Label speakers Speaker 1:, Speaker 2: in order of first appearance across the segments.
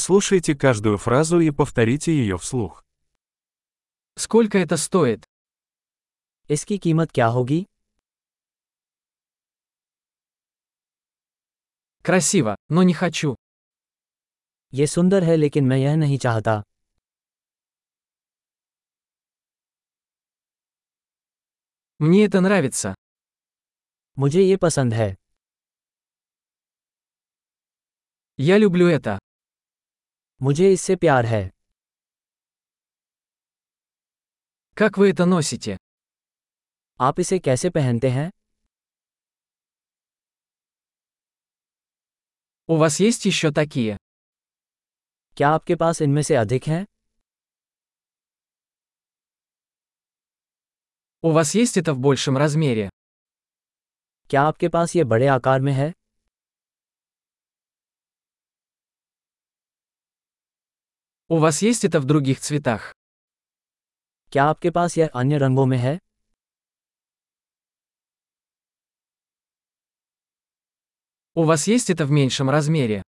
Speaker 1: Прослушайте каждую фразу и повторите ее вслух.
Speaker 2: сколько это стоит
Speaker 3: इसकी कीमत क्या होगी
Speaker 2: красиво но не хочу
Speaker 3: ये सुंदर है लेकिन मैं यह नहीं चाहता
Speaker 2: мне это нравится
Speaker 3: मुझे ये पसंद है
Speaker 2: я люблю это
Speaker 3: मुझे इससे प्यार है
Speaker 2: как вы это носите
Speaker 3: आप इसे कैसे पहनते हैं
Speaker 2: у вас есть еще такие
Speaker 3: क्या आपके पास इनमें से अधिक हैं
Speaker 2: у вас есть это в большем размере
Speaker 3: क्या आपके पास ये बड़े आकार में है
Speaker 2: у вас есть это в других цветах
Speaker 3: क्या आपके पास यह अन्य रंगों में है
Speaker 2: у вас есть это в меньшем размере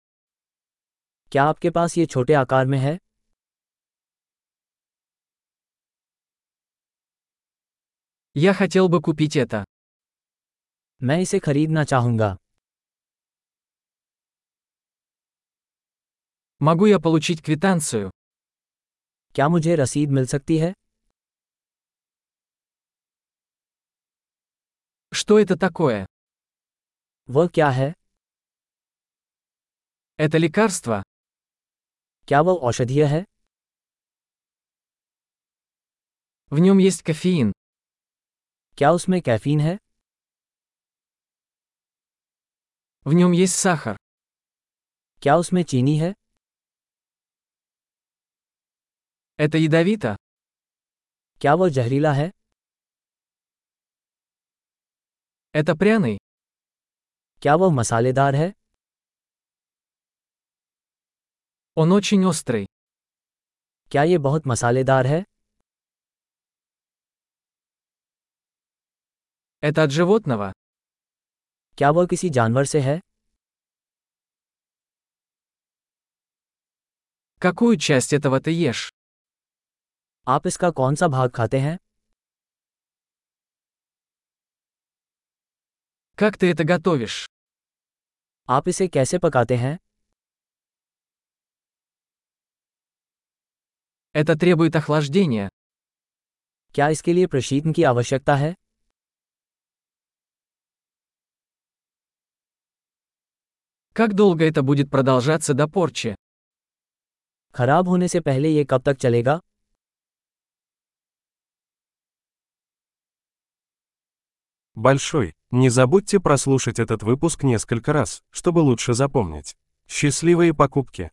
Speaker 3: क्या आपके पास ये छोटे आकार में है
Speaker 2: я хотел бы купить это
Speaker 3: मैं इसे खरीदना चाहूंगा
Speaker 2: могу я получить квитанцию
Speaker 3: क्या मुझे रसीद मिल सकती है
Speaker 2: что это такое
Speaker 3: वह क्या है
Speaker 2: это лекарство
Speaker 3: क्या वह औषधीय है
Speaker 2: в нем есть кофеин
Speaker 3: क्या उसमें कैफीन है
Speaker 2: в нем есть сахар
Speaker 3: क्या उसमें चीनी है
Speaker 2: это ядовито
Speaker 3: क्या वह जहरीला है
Speaker 2: это пряный
Speaker 3: क्या वह मसालेदार है
Speaker 2: он очень острый
Speaker 3: क्या ये बहुत मसालेदार है
Speaker 2: это от животного
Speaker 3: क्या वह किसी जानवर से है
Speaker 2: какую часть этого ты ешь
Speaker 3: आप इसका कौन सा भाग खाते हैं
Speaker 2: как ты это готовишь
Speaker 3: आप इसे कैसे पकाते हैं
Speaker 2: Это требует охлаждения.
Speaker 3: क्या इसके लिए प्रशीतन की आवश्यकता है
Speaker 2: Как долго это будет продолжаться до порчи?
Speaker 3: खराब होने से पहले ये कब तक चलेगा
Speaker 1: Большой. Не забудьте прослушать этот выпуск несколько раз, чтобы лучше запомнить. Счастливые покупки!